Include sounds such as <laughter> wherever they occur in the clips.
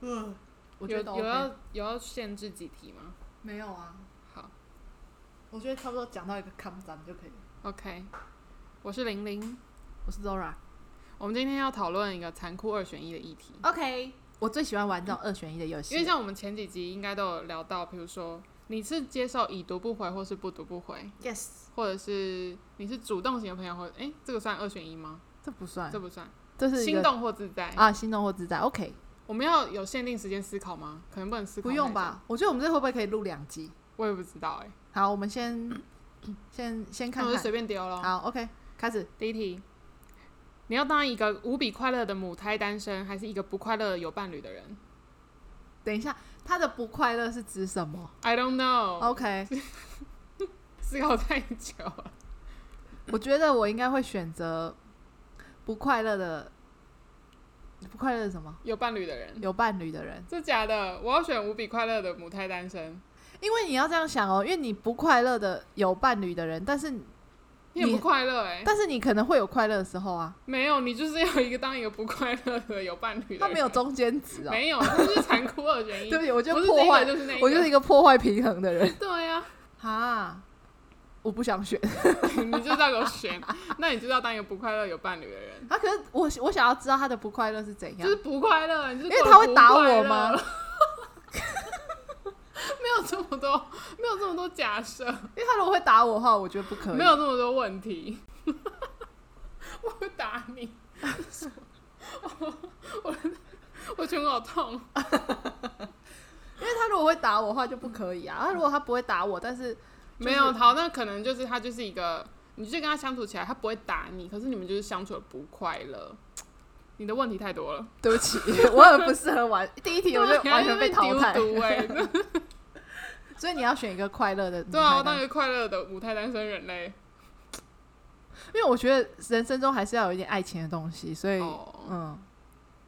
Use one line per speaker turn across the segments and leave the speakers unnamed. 嗯，
我
有
觉得 OK,
有要有要限制几题吗？
没有啊？
好
我觉得差不多讲到一个康展就可以了。
，OK，我是玲玲，
我是 Zora。
我们今天要讨论一个残酷二选一的议题，
OK，我最喜欢玩这种二选一的游戏，
因为像我们前几集应该都有聊到，比如说你是接受已读不回或是不读不回，
Yes，
或者是你是主动型的朋友，或诶、这个算二选一吗？
这不算
这，不算，
这是一
心
个
动或自在。
啊，心动或自在。OK，
我们要有限定时间思考吗？可能不能思考，
不用？吧？我觉得我们这会不会可以录两集？
我也不知道哎、欸，
好，我们先先先看
那我就
看。
随便丢咯。
好，OK，开始。
第一题，你要当一个无比快乐的母胎单身，还是一个不快乐的有伴侣的人
等一下，他的不快乐是指什么
？I don't know，、
<laughs> ？OK，
思考太久了。
我觉得我应该会选择不快乐的，不快乐的什么？
有伴侣的人，
有伴侣的人，
这假的？我要选无比快乐的母胎单身，
因为你要这样想哦，因为你不快乐的有伴侣的人，但是
嗯你很
你
不快乐哎、
但是你可能会有快乐的时候啊，
没有，你就是要一个当一个不快乐的有伴侣的人。
他没有中间值哦。
没有，这就是残酷二选一。
对不起，我就
不是这
破坏
个，就是那一个。
我就是一个破坏平衡的人
对啊呀、
哈，我不想选
<laughs> 你就是要给我选，那你就是要当一个不快乐有伴侣
<laughs>
的人，
啊。可是我我想要知道他的不快乐是怎
就
样
是，不快乐，你就
因
是
为
过得
他会打
不快
我
乐
吗？
<laughs> 没有这么多，没有这么多假设，
因为他如果会打我的话，我觉得不可以。
没有这么多问题。 <laughs> 我会打你， <laughs> 我我我胸口好痛，
因为他如果会打我的话就不可
嗯
以啊。他如果他不会打我，但是
没有好，那可能就是他就是一个，你就跟他相处起来，他不会打你，可是你们就是相处的不快乐。你的问题太多了，
对不起， <laughs> 我很不适合玩第一题，我就
对啊
完全被淘汰。
就是被丢毒欸
<laughs> 所以你要选一个快乐的，
对啊，我当一，个快乐的母胎单身人类。
因为我觉得人生中还是要有一点爱情的东西，所以、
哦，
嗯，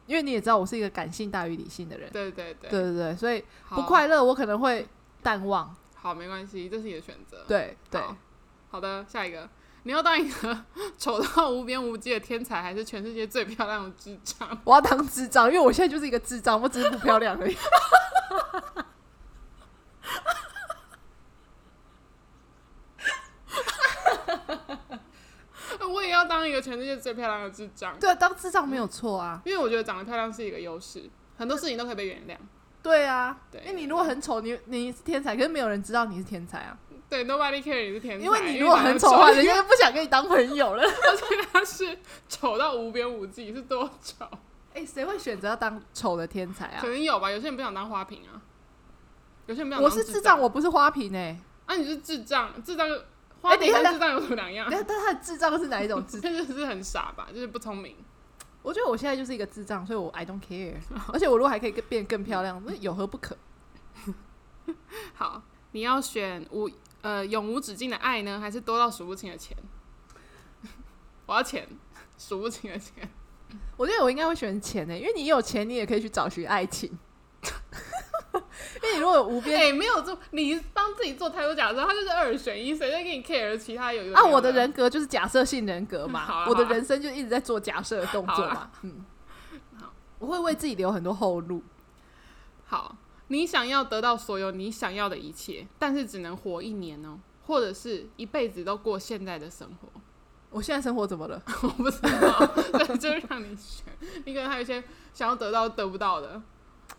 因为你也知道我是一个感性大于理性的人，
对对对，
对对对，所以
好
不快乐我可能会淡忘，
好没关系，这是你的选择。
对对，
好好的，下一个，你要当一个丑到无边无际的天才，还是全世界最漂亮的智障？ <laughs>
我要当智障，因为我现在就是一个智障，我只是不漂亮而已。
我也要当一个全世界最漂亮的智障，
对，当智障没有错啊，
因为我觉得长得漂亮是一个优势，很多事情都可以被原谅。
对啊，
对
因为你如果很丑，你你是天才，可是没有人知道你是天才啊，
对，Nobody care 你是天才，
因为你如果很丑的话，
因
人
为
家就不想跟你当朋友了。 <laughs>
他是丑到无边无际，是多
<laughs>
丑？
哎、谁会选择要当丑的天才啊
可？能有吧，有些人不想当花瓶啊，有些人不想
我
当
是
智
智障，我不是花瓶哎、
啊，你是智障，智障就花
等一
瓶
下
跟智障有什么两样？
<laughs> 但但他的智障是哪一种智？
这 <laughs> 就是很傻吧，就是不聪明。
我觉得我现在就是一个智障，所以我 I don't care。而 <laughs> 且我如果还可以更变得更漂亮，那有何不可？
好，你要选无呃永无止境的爱呢，还是多到数不清的钱？ <laughs> 我要钱，数不清的钱。
我觉得我应该会选钱呢、欸因为你有钱，你也可以去找寻爱情。 <laughs> 因为你如果有无边、 <laughs> 啊
哎、没有做，你帮自己做太多假设，他就是二选一，谁在给你 care 其他有一个
啊，
没有
我的人格就是假设性人格嘛，
嗯 <laughs> 好啊
我的
好啊
人生就一直在做假设的动作
好
嘛，嗯，我会为自己留很多后路。
好，你想要得到所有你想要的一切，但是只能活一年哦，或者是一辈子都过现在的生活。
我现在生活怎么了？
我 <laughs> 不知道，对，就是让你选。你可能还有一些想要得到得不到的，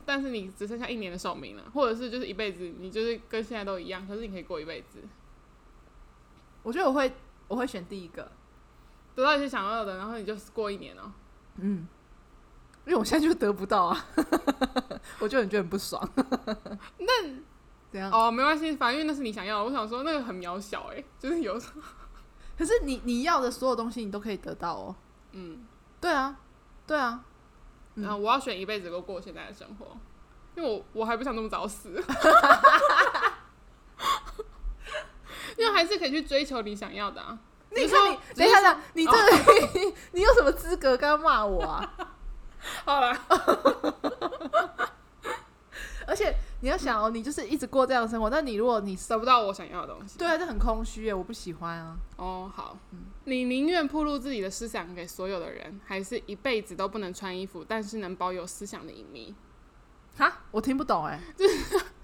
但是你只剩下一年的寿命了，或者是就是一辈子，你就是跟现在都一样，可是你可以过一辈子，
我觉得我会我会选第一个，
得到一些想要的，然后你就是过一年哦、
嗯，因为我现在就得不到啊， <laughs> 我就很觉得很不爽。 <laughs> 那怎样？
哦，没关系，反正因为那是你想要的。我想说那个很渺小、欸，就是有时候，
可是你你要的所有东西你都可以得到哦。
嗯，
对啊，对啊，嗯
然后我要选一辈子都过现在的生活，因为我我还不想那么早死。因为还是可以去追求你想要的啊！
你
你
看
说
你，
只
等一
是
下，等一下你这个、 <laughs> 你有什么资格刚刚骂我啊？ <laughs>
好了，
而且你要想哦，你就是一直过这样的生活，那你如果你
得不到我想要的东西。
对啊，这很空虚耶，我不喜欢啊。
哦，好，
嗯
你宁愿暴露自己的思想给所有的人，还是一辈子都不能穿衣服，但是能保有思想的隐秘？
哈，我听不懂哎、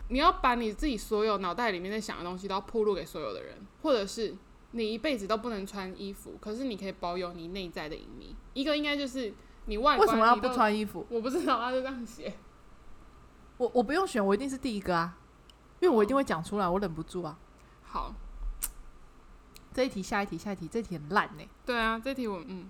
你要把你自己所有脑袋里面在想的东西都要铺露给所有的人，或者是你一辈子都不能穿衣服，可是你可以保有你内在的隐秘。一个应该就是你外
为
观
什么要
你
不
都？
穿衣服？
我不知道，他就这样写。
我我不用选，我一定是第一个啊，因为我一定会讲出来，我忍不住啊。
好，
这一题，下一题，下一题，这一题很烂呢、
对啊，这题我嗯，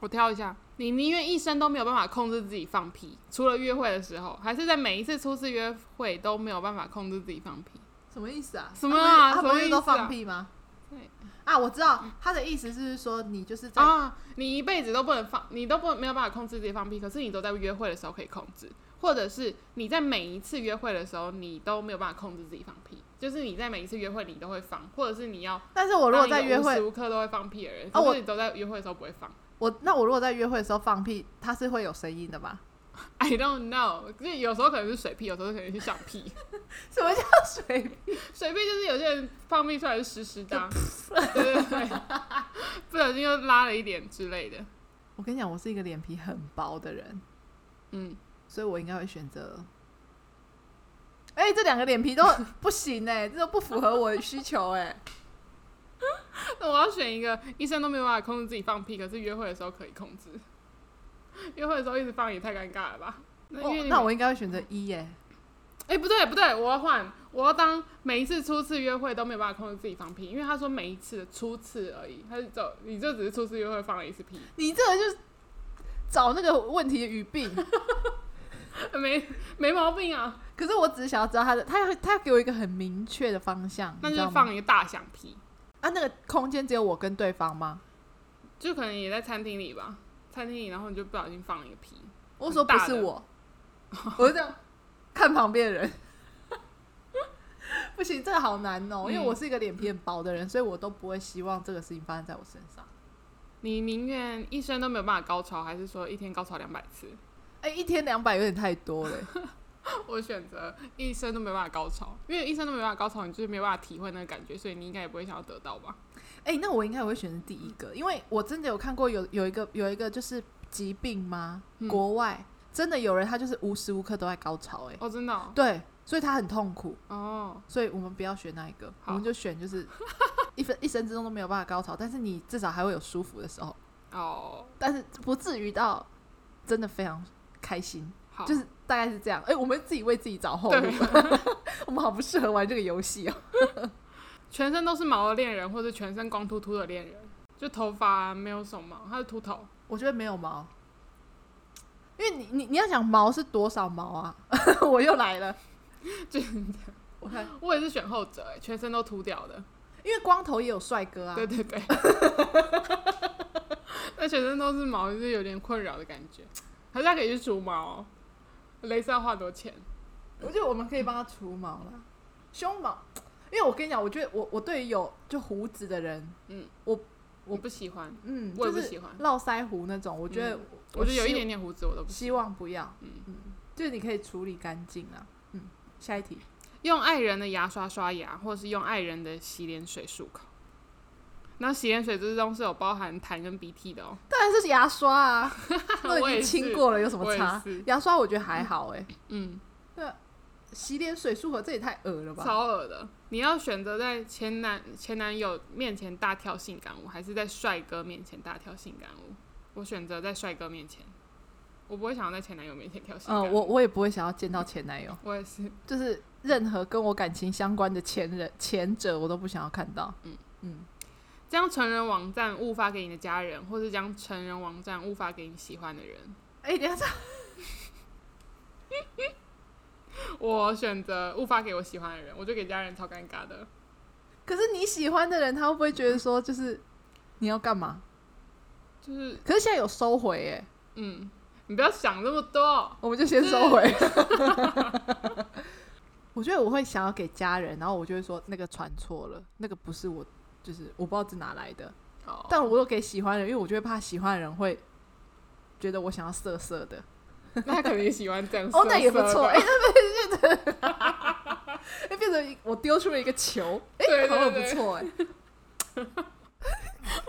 我挑一下。你宁愿一生都没有办法控制自己放屁，除了约会的时候，还是在每一次初次约会都没有办法控制自己放屁？
什么意思啊？
什么啊
他不
什么
是
意思啊
都放屁吗？
对
啊，我知道他的意思是说你就是在、
啊，你一辈子都不能放，你都不没有办法控制自己放屁，可是你都在约会的时候可以控制，或者是你在每一次约会的时候，你都没有办法控制自己放屁，就是你在每一次约会你都会放，或者是你要
但是我如果在约
当一个
会，
无时无刻都会放屁的人，
啊我
可是你都在约会的时候不会放。
我那我如果在约会的时候放屁，他是会有声音的吧？
I don't know，就是有时候可能是水屁，有时候可能是橡屁。
<laughs> 什么叫水？
水屁就是有些人放屁出来是湿湿的啊，对对对，不小心又拉了一点之类的。
我跟你讲，我是一个脸皮很薄的人，
嗯，
所以我应该会选择。哎、这两个脸皮都不行哎、这都不符合我的需求哎、
那我要选一个医生都没有办法控制自己放屁，可是约会的时候可以控制。约会的时候一直放也太尴尬了吧？那因为
哦 <laughs>
你
那我应该会选择一欸耶、
哎、不对不对，我要换，我要当每一次初次约会都没有办法控制自己放屁，因为他说每一次初次而已，他是走你就只是初次约会放了一次屁，
<laughs> 你这个就是找那个问题的语 <laughs> 病。
没没毛病啊，
可是我只是想要知道他的，他要他要给我一个很明确的方向，
那
你
就
知
是
道吗
放一个大响屁，
啊，那个空间只有我跟对方吗？
就可能也在餐厅里吧，餐厅里然后你就不小心放了一个屁，
我说不是我， <laughs> 我就这样看旁边的人。 <laughs> 不行，这个好难哦、
嗯
因为我是一个脸皮很薄的人，所以我都不会希望这个事情发生在我身上。
你宁愿一生都没有办法高潮，还是说一天高潮两百次？ <laughs>
哎、一天两百有点太多了、
我选择一生都没办法高潮，因为一生都没办法高潮，你就是没有办法体会那个感觉，所以你应该也不会想要得到吧？
哎、那我应该我会选择第一个，因为我真的有看过有有一个有一个就是疾病吗？
嗯
国外真的有人他就是无时无刻都在高潮、哎、
哦，真的哦，
对，所以他很痛苦，
哦
所以我们不要选那一个，我
好
们就选就是 <laughs> 一分一生之中都没有办法高潮，但是你至少还会有舒服的时候，
哦，
但是不至于到真的非常开心，
好，
就是大概是这样。哎、我们自己为自己找后路，
对，
<laughs> 我们好不适合玩这个游戏哦。
全身都是毛的恋人，或是全身光秃秃的恋人，就头发没有什么毛，他是秃头，
我觉得没有毛，因为你你你要想毛是多少毛啊？ <laughs> 我又来了，
真
的，我看，
我也是选后者，哎全身都秃掉的，
因为光头也有帅哥啊，
对对 <laughs> 对，那全身都是毛，就是有点困扰的感觉，还是他可以去除毛、哦，镭射要花多钱？
我觉得我们可以帮他除毛了，胸毛，因为我跟你讲，我觉得我我对于有就胡子的人，
我不喜欢，
嗯，
我也不
就是
喜欢，
络腮胡那种，我觉得、
嗯我觉得有一
希
点点胡子我都不
希
喜欢
望不要，
嗯
嗯，就是你可以处理干净啊，嗯，下一题，
用爱人的牙刷刷牙，或是用爱人的洗脸水漱口。然后洗脸水之中是有包含痰跟鼻涕的哦。
当然是牙刷 <laughs> 啊，都
我
已
也
经
是
清过了，有什
我
么
也
差
是？
牙刷我觉得还好哎、
嗯，
洗脸水漱口这也太恶了吧？
超恶的。你要选择在前男前男友面前大跳性感舞，还是在帅哥面前大跳性感舞？我选择在帅哥面前，我不会想要在前男友面前跳性感
嗯，
舞。
我我也不会想要见到前男友，
我也是，
就是任何跟我感情相关的前人前者，我都不想要看到。嗯嗯，
将成人网站误发给你的家人，或是将成人网站误发给你喜欢的人。
哎、等一下，
我选择误发给我喜欢的人，我就给家人超尴尬的。
可是你喜欢的人，他会不会觉得说，就是你要干嘛？
就是
可是现在有收回哎、
嗯，你不要想这么多。
我们就先收回。 <laughs> 我觉得我会想要给家人，然后我就会说那个传错了，那个不是我，就是我不知道是哪来的。
哦
但我又给喜欢的人，因为我就会怕喜欢的人会觉得我想要色色的。
那他可能也喜欢这样
哦，那也不
色色 <laughs>
错，
的
哎、那变变成一我丢出了一个球，哎、
对对
好像不
对
错哎、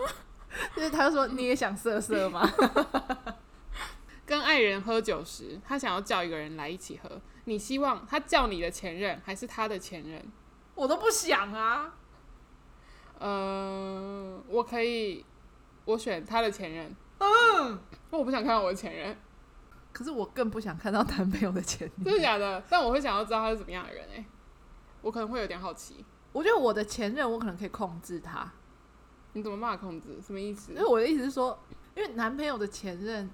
<laughs> 就是他就说你也想色色吗？
跟爱人喝酒时，他想要叫一个人来一起喝，你希望他叫你的前任还是他的前任？
我都不想啊。
呃，我可以，我选他的前任。嗯，我不想看到我的前任，
可是我更不想看到男朋友的前任。
真的假的？但我会想要知道他是怎么样的人哎、我可能会有点好奇。
我觉得我的前任，我可能可以控制他，
你怎么骂控制？什么意思
因？为我的意思是说，因为男朋友的前任，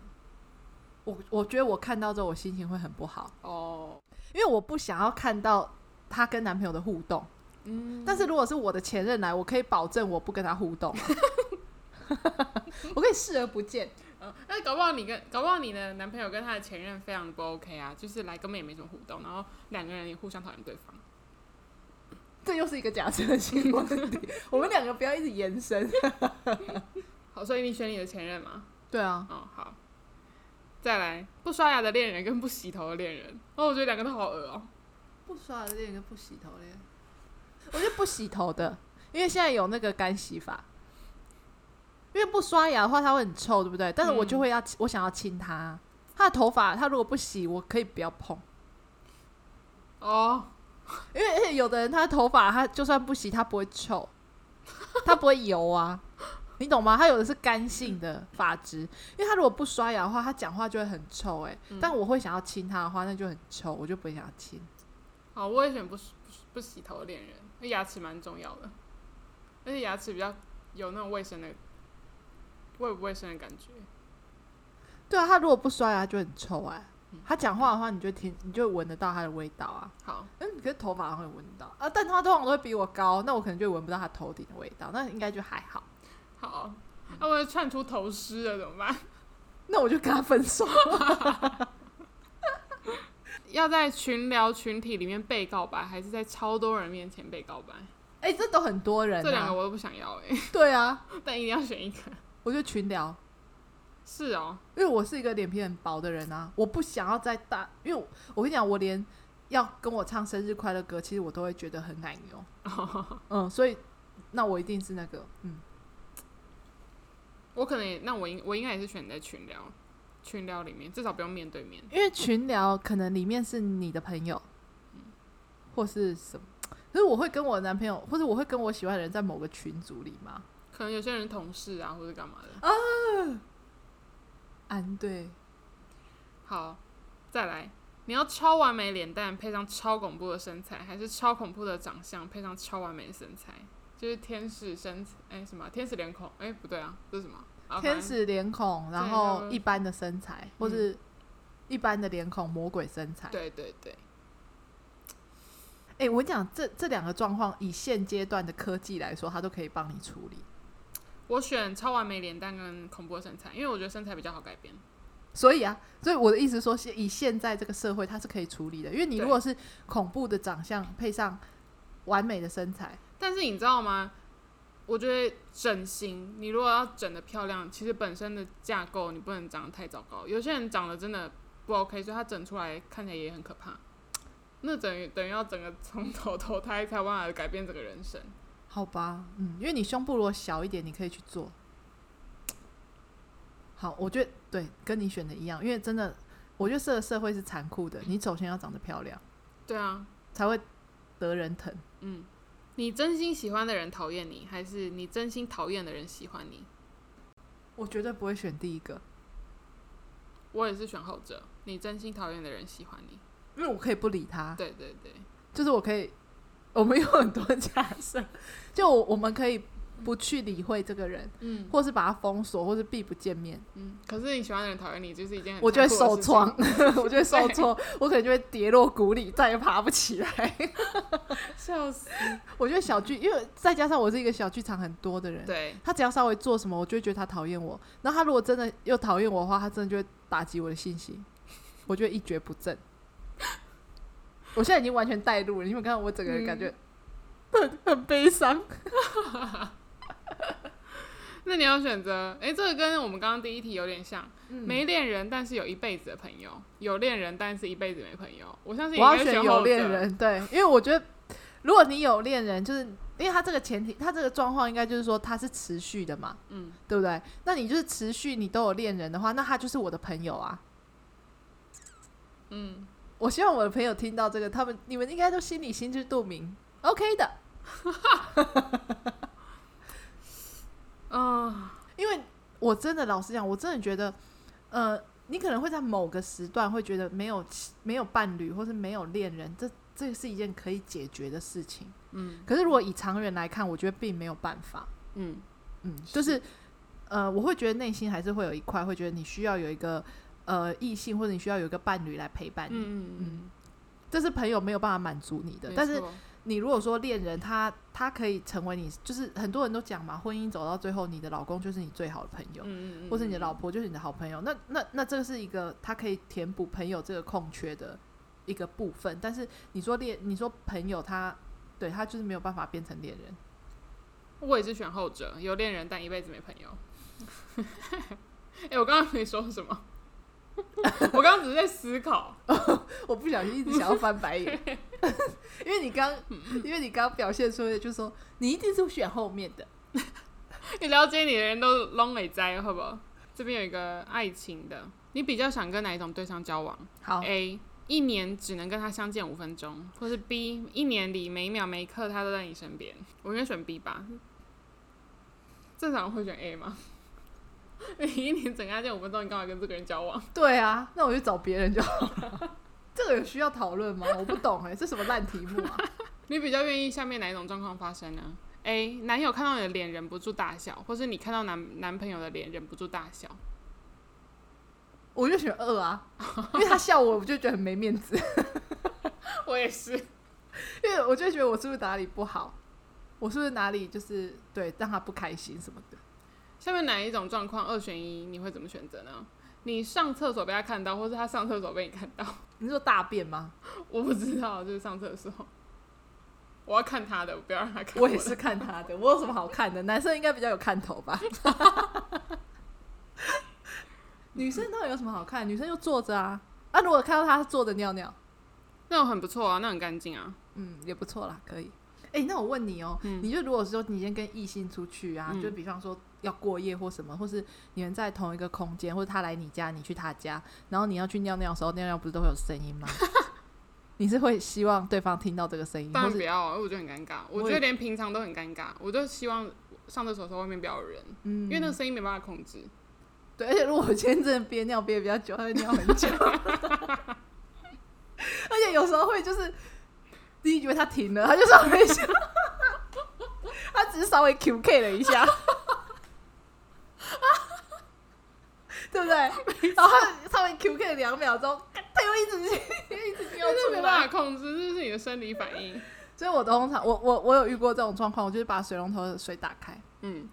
我我觉得我看到之后，我心情会很不好，
哦，
因为我不想要看到他跟男朋友的互动。
嗯，
但是如果是我的前任来，我可以保证我不跟他互 <laughs> 动，我可以视而不见。
嗯，那搞不好你跟搞不好你的男朋友跟他的前任非常不 OK 啊，就是来根本也没什么互动，然后两个人也互相讨厌对方。
这又是一个假设性问题， <laughs> 我们两个不要一直延伸。
好，所以你选你的前任嘛？
对啊，
哦，好。再来，不刷牙的恋人跟不洗头的恋人，哦，我觉得两个都好恶哦、
不刷的脸跟不洗头的脸，我觉得不洗头的，因为现在有那个干洗法。因为不刷牙的话，它会很臭，对不对？但是我就会要，我想要亲它。它的头发，它如果不洗，我可以不要碰。
哦，
因为而且有的人他的头发，他就算不洗，他不会 <laughs> 臭，他不会油啊，你懂吗？他有的是干性的发质，因为他如果不刷牙的话，他讲话就会很臭、欸。哎、但我会想要亲他的话，那就很臭，我就不会想要亲。
好，我也选不洗不洗不洗头的恋人，因为牙齿蛮重要的，而且牙齿比较有那种卫生的卫不卫生的感觉。
对啊，他如果不刷牙就很臭哎、他讲话的话，你就听，你就闻得到他的味道啊。
好，
嗯，可是头发好像会闻到啊，但他通常都会比我高，那我可能就闻不到他头顶的味道，那应该就还好。
好，那、我窜出头虱了怎么办？
那我就跟他分 <laughs> 手。
要在群聊群体里面被告白，还是在超多人面前被告白？
哎、这都很多人、啊，
这两个我都不想要哎、
对啊，
<laughs> 但一定要选一个。
我就群聊。
是哦，
因为我是一个脸皮很薄的人啊，我不想要再大，因为我我跟你讲，我连要跟我唱生日快乐歌，其实我都会觉得很奶牛。 <laughs> 嗯，所以那我一定是那个，嗯，
我可能也，那我应我应该也是选在群聊，群聊里面至少不用面对面。
因为群聊可能里面是你的朋友，或是什么，可是我会跟我男朋友，或者我会跟我喜欢的人在某个群组里嘛。
可能有些人是同事啊，或者干嘛的。
安对，
好，再来，你要超完美脸蛋配上超恐怖的身材，还是超恐怖的长相配上超完美的身材？就是天使身材，哎、什么啊天使脸孔？哎、不对啊，这是什么啊？啊
天使脸孔，然
对
后
然后
一般的身材，或是一般的脸孔，魔鬼身材
反。正对对对，
哎、我讲这这两个状况，以现阶段的科技来说，它都可以帮你处理。
我选超完美脸蛋跟恐怖的身材，因为我觉得身材比较好改变。
所以啊，所以我的意思说，现以现在这个社会，它是可以处理的。因为你
对
如果是恐怖的长相配上完美的身材，
但是你知道吗？我觉得整形，你如果要整的漂亮，其实本身的架构你不能长得太糟糕。有些人长得真的不 OK，所以他整出来看起来也很可怕。那等于等于要整个从头投胎才有办法改变整个人生。
好吧，嗯，因为你胸部如果小一点，你可以去做。好，我觉得对，跟你选的一样，因为真的，我觉得这个社会是残酷的，你首先要长得漂亮，
对啊，
才会得人疼。
嗯你真心喜欢的人讨厌你，还是你真心讨厌的人喜欢你？
我绝对不会选第一个，
我也是选后者，你真心讨厌的人喜欢你。
因为我可以不理他。
对对对，
就是我可以，我们有很多假设，就我我们可以不去理会这个人，
嗯
或是把他封锁，或是避不见面，
嗯。可是你喜欢的人讨厌你，就是一件很
我就会
残酷
受
的事情
创，我就会受挫，我可能就会跌落谷底，再也爬不起来。
<laughs> 笑死。
我觉得小剧，因为再加上我是一个小剧场很多的人，
对，
他只要稍微做什么，我就会觉得他讨厌我。然后他如果真的又讨厌我的话，他真的就会打击我的信心，我就会一蹶不振。我现在已经完全带入了，你有没有看到我整个人感觉很、很悲伤？
那你要选择，诶，这个跟我们刚刚第一题有点像，
嗯
没恋人但是有一辈子的朋友，有恋人但是一辈子没朋友。我相信你
我要
应该
选
选
有
后者
恋，人，对，因为我觉得如果你有恋人，就是因为他这个前提，他这个状况应该就是说他是持续的嘛，
嗯
对不对？那你就是持续你都有恋人的话，那他就是我的朋友啊，
嗯，
我希望我的朋友听到这个，他们你们应该都心里心知肚明，OK 的。
啊，
因为我真的老实讲，我真的觉得，呃，你可能会在某个时段会觉得没有没有伴侣或是没有恋人，这这是一件可以解决的事情。
嗯
可是如果以长远来看，我觉得并没有办法。
嗯
嗯，就是呃，我会觉得内心还是会有一块会觉得你需要有一个呃异性或者你需要有一个伴侣来陪伴
嗯
你，
嗯嗯，
这是朋友没有办法满足你的
没。
但是
错
你如果说恋人他他可以成为你，就是很多人都讲嘛，婚姻走到最后，你的老公就是你最好的朋友。
嗯嗯，
或是你的老
婆，
婆就是你的好朋友，那那那这是一个他可以填补朋友这个空缺的一个部分。但是你说恋，你说朋友他，对他就是没有办法变成恋人。
嗯我也是选后者，有恋人但一辈子没朋友。 <laughs> 哎、我刚刚没说什么， <laughs> 我刚刚只是在思考。
<laughs> 我不小心一直想要翻白眼， <laughs> 因为你刚，因为你刚表现出的就是说你一定是选后面的。
你了解你的人都拢美哉，好不好？这边有一个爱情的，你比较想跟哪一种对象交往
好，
？A. 一年只能跟他相见五分钟，或是 B. 一年里每秒每刻他都在你身边。我应该选 B 吧？正常人会选 A 吗？ <laughs> 你一年只跟他见五分钟，你干嘛跟这个人交往？
对啊，那我就找别人就好了。 <laughs> 这个有需要讨论吗？我不懂哎、这什么烂题目啊？
你比较愿意下面哪一种状况发生呢？A. 男友看到你的脸忍不住大笑，或是你看到男男朋友的脸忍不住大笑。
我就选二啊，因为他笑我，我就觉得很没面子。 <laughs>
我也是，
因为我就觉得我是不是哪里不好，我是不是哪里就是对让他不开心什么的。
下面哪一种状况二选一，你会怎么选择呢？你上厕所被他看到，或是他上厕所被你看到？
你是说大便吗？
我不知道，就是上厕所，我要看他的，我不要让他看
我
的
也是，看他的，我有什么好看的？男生应该比较有看头吧。女生到底有什么好看？女生就坐着啊。啊，如果看到他坐着尿尿，
那种很不错啊，那很干净啊。
嗯，也不错啦，可以。哎、那我问你哦、
嗯
你就如果说你先跟异性出去啊，
嗯
就比方说要过夜或什么，或是你们在同一个空间，或者他来你家，你去他家，然后你要去尿尿的时候，尿尿不是都会有声音吗？ <laughs> 你是会希望对方听到这个声音，嗯
当
或
然不
是
要啊，因为我觉得很尴尬，
我也
我觉得连平常都很尴尬，我就希望上厕所的时候外面不要有人，
嗯，
因为那个声音没办法控制。
<laughs> 对，而且如果我今天真的憋尿憋得比较久，他会尿很久， <laughs> 而且有时候会就是，你以为他停了，他就稍微一下，他只是稍微 QK 了一下，对不对？然后他稍微 QK 了两秒钟，他又一直一直尿
但是
出
没
来
办法，控制，这是你的生理反应。
所以我通常我我我有遇过这种状况，我就是把水龙头的水打开，
嗯，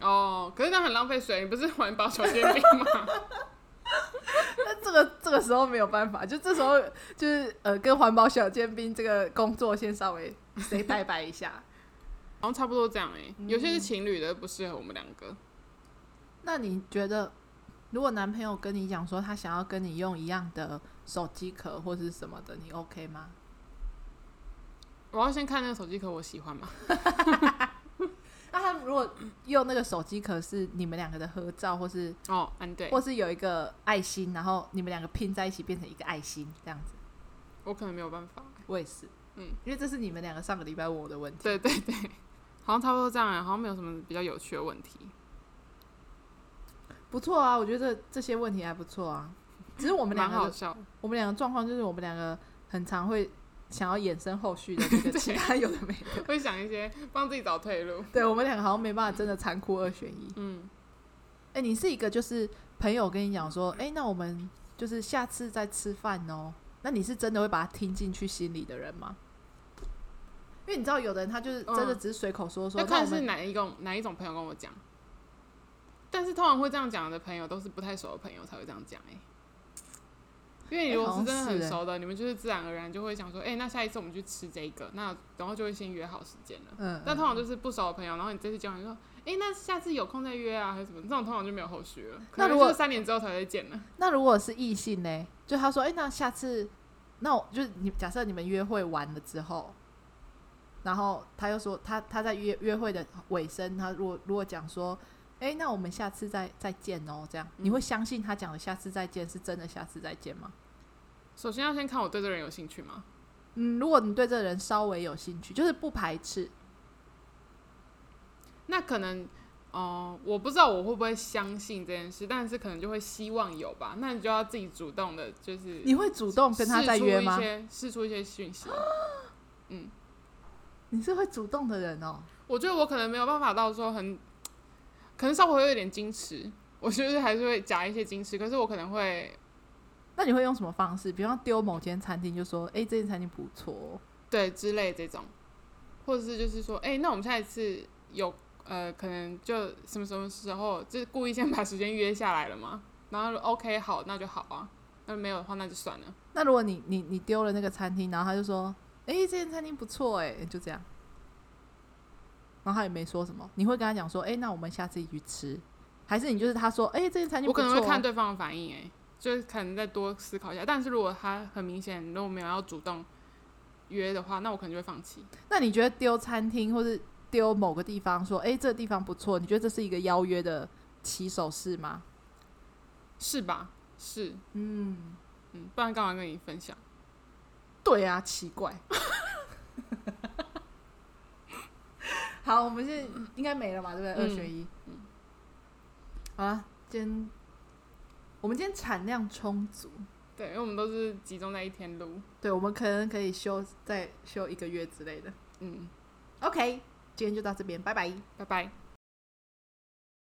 哦，可是那样很浪费水，你不是环保小尖兵吗？ <laughs>
那这个这个时候没有办法，就这时候就是呃，跟环保小尖兵这个工作先稍
<laughs>
微 say 拜拜一下。
好像差不多这样哎、有
嗯
些是情侣的，不适合我们两个。
那你觉得，如果男朋友跟你讲说他想要跟你用一样的手机壳或是什么的，你 OK 吗？
我要先看那个手机壳，我喜欢吗？
那他如果用那个手机壳是你们两个的合照，或是
哦，嗯，对，
或是有一个爱心，然后你们两个拼在一起变成一个爱心这样子，
我可能没有办法。
我也是，
嗯，
因为这是你们两个上个礼拜问我的问题。
对对对，好像差不多这样哎、好像没有什么比较有趣的问题。
不错啊，我觉得这些问题还不错啊，只是我
我
们
蛮
两个
好笑，
我们两个状况就是我们两个很常会想要衍生后续的这个
<laughs> 对
其他有的没
<laughs>
的。
会想一些帮自己找退路。
对我们两个好像没办法真的残酷二选一。
嗯，
哎、你是一个就是朋友跟你讲说，哎、那我们就是下次再吃饭哦。那你是真的会把它听进去心里的人吗？因为你知道，有的人他就是真的
嗯
只是随口说说，
要
那我
看是
们
哪一种哪一种朋友跟我讲。但是通常会这样讲的朋友，都是不太熟的朋友才会这样讲哎、因为你
哎
如果
好像
是真的
是哎
很熟的，你们就是自然而然就会想说，哎、那下一次我们去吃这个，那然后就会先约好时间了。
嗯，
但
嗯
通常就是不熟的朋友，然后你这次交往就说，哎、那下次有空再约啊，还是什么？这种通常就没有后续了，可
那如
能
果
就是三年之后才会见了。
那如果是异性呢？就他说，哎、那下次，那我就是你假设你们约会完了之后，然后他又说他他在约约会的尾声，他如果如果讲说，哎、那我们下次再再见哦，这样你会相信他讲的下次再见是真的下次再见吗？
首先要先看我对这个人有兴趣吗？
嗯，如果你对这个人稍微有兴趣，就是不排斥，
那可能，哦、我不知道我会不会相信这件事，但是可能就会希望有吧。那你就要自己主动的，就是
你会主动跟他再约吗
试出一？些试出一些讯息。
你是会主动的人哦。
我觉得我可能没有办法到说很，可能稍微会有点矜持，我觉得还是会夹一些矜持，可是我可能会
那你会用什么方式？比方丢某间餐厅，就说：“哎、这间餐厅不错哦。
对之类这种，或者是就是说，哎、那我们下一次有呃，可能就什么什么时候，就是故意先把时间约下来了嘛。然后 OK 好，那就好啊。那没有的话，那就算了。
那如果你你你丢了那个餐厅，然后他就说：“哎、这间餐厅不错哎、就这样。然后他也没说什么，你会跟他讲说：“哎、那我们下次一起去吃。”还是你就是他说：“哎、这间餐厅
我
不
可
错哦。”
能会看对方的反应、哎，就是可能再多思考一下。但是如果他很明显，如果没有要主动约的话，那我可能就会放弃。
那你觉得丢餐厅或是丢某个地方说：“哎、这个地方不错”，你觉得这是一个邀约的起手式吗？
是吧？是，嗯嗯，不然干嘛跟你分享？
对啊，奇怪。 <laughs> 好，我们现在应该没了嘛，对不对？
嗯
二选一。好了，今天我们今天产量充足，
对，因为我们都是集中在一天录，
对，我们可能可以休再休一个月之类的。
嗯，
OK，今天就到这边，拜拜。
拜拜。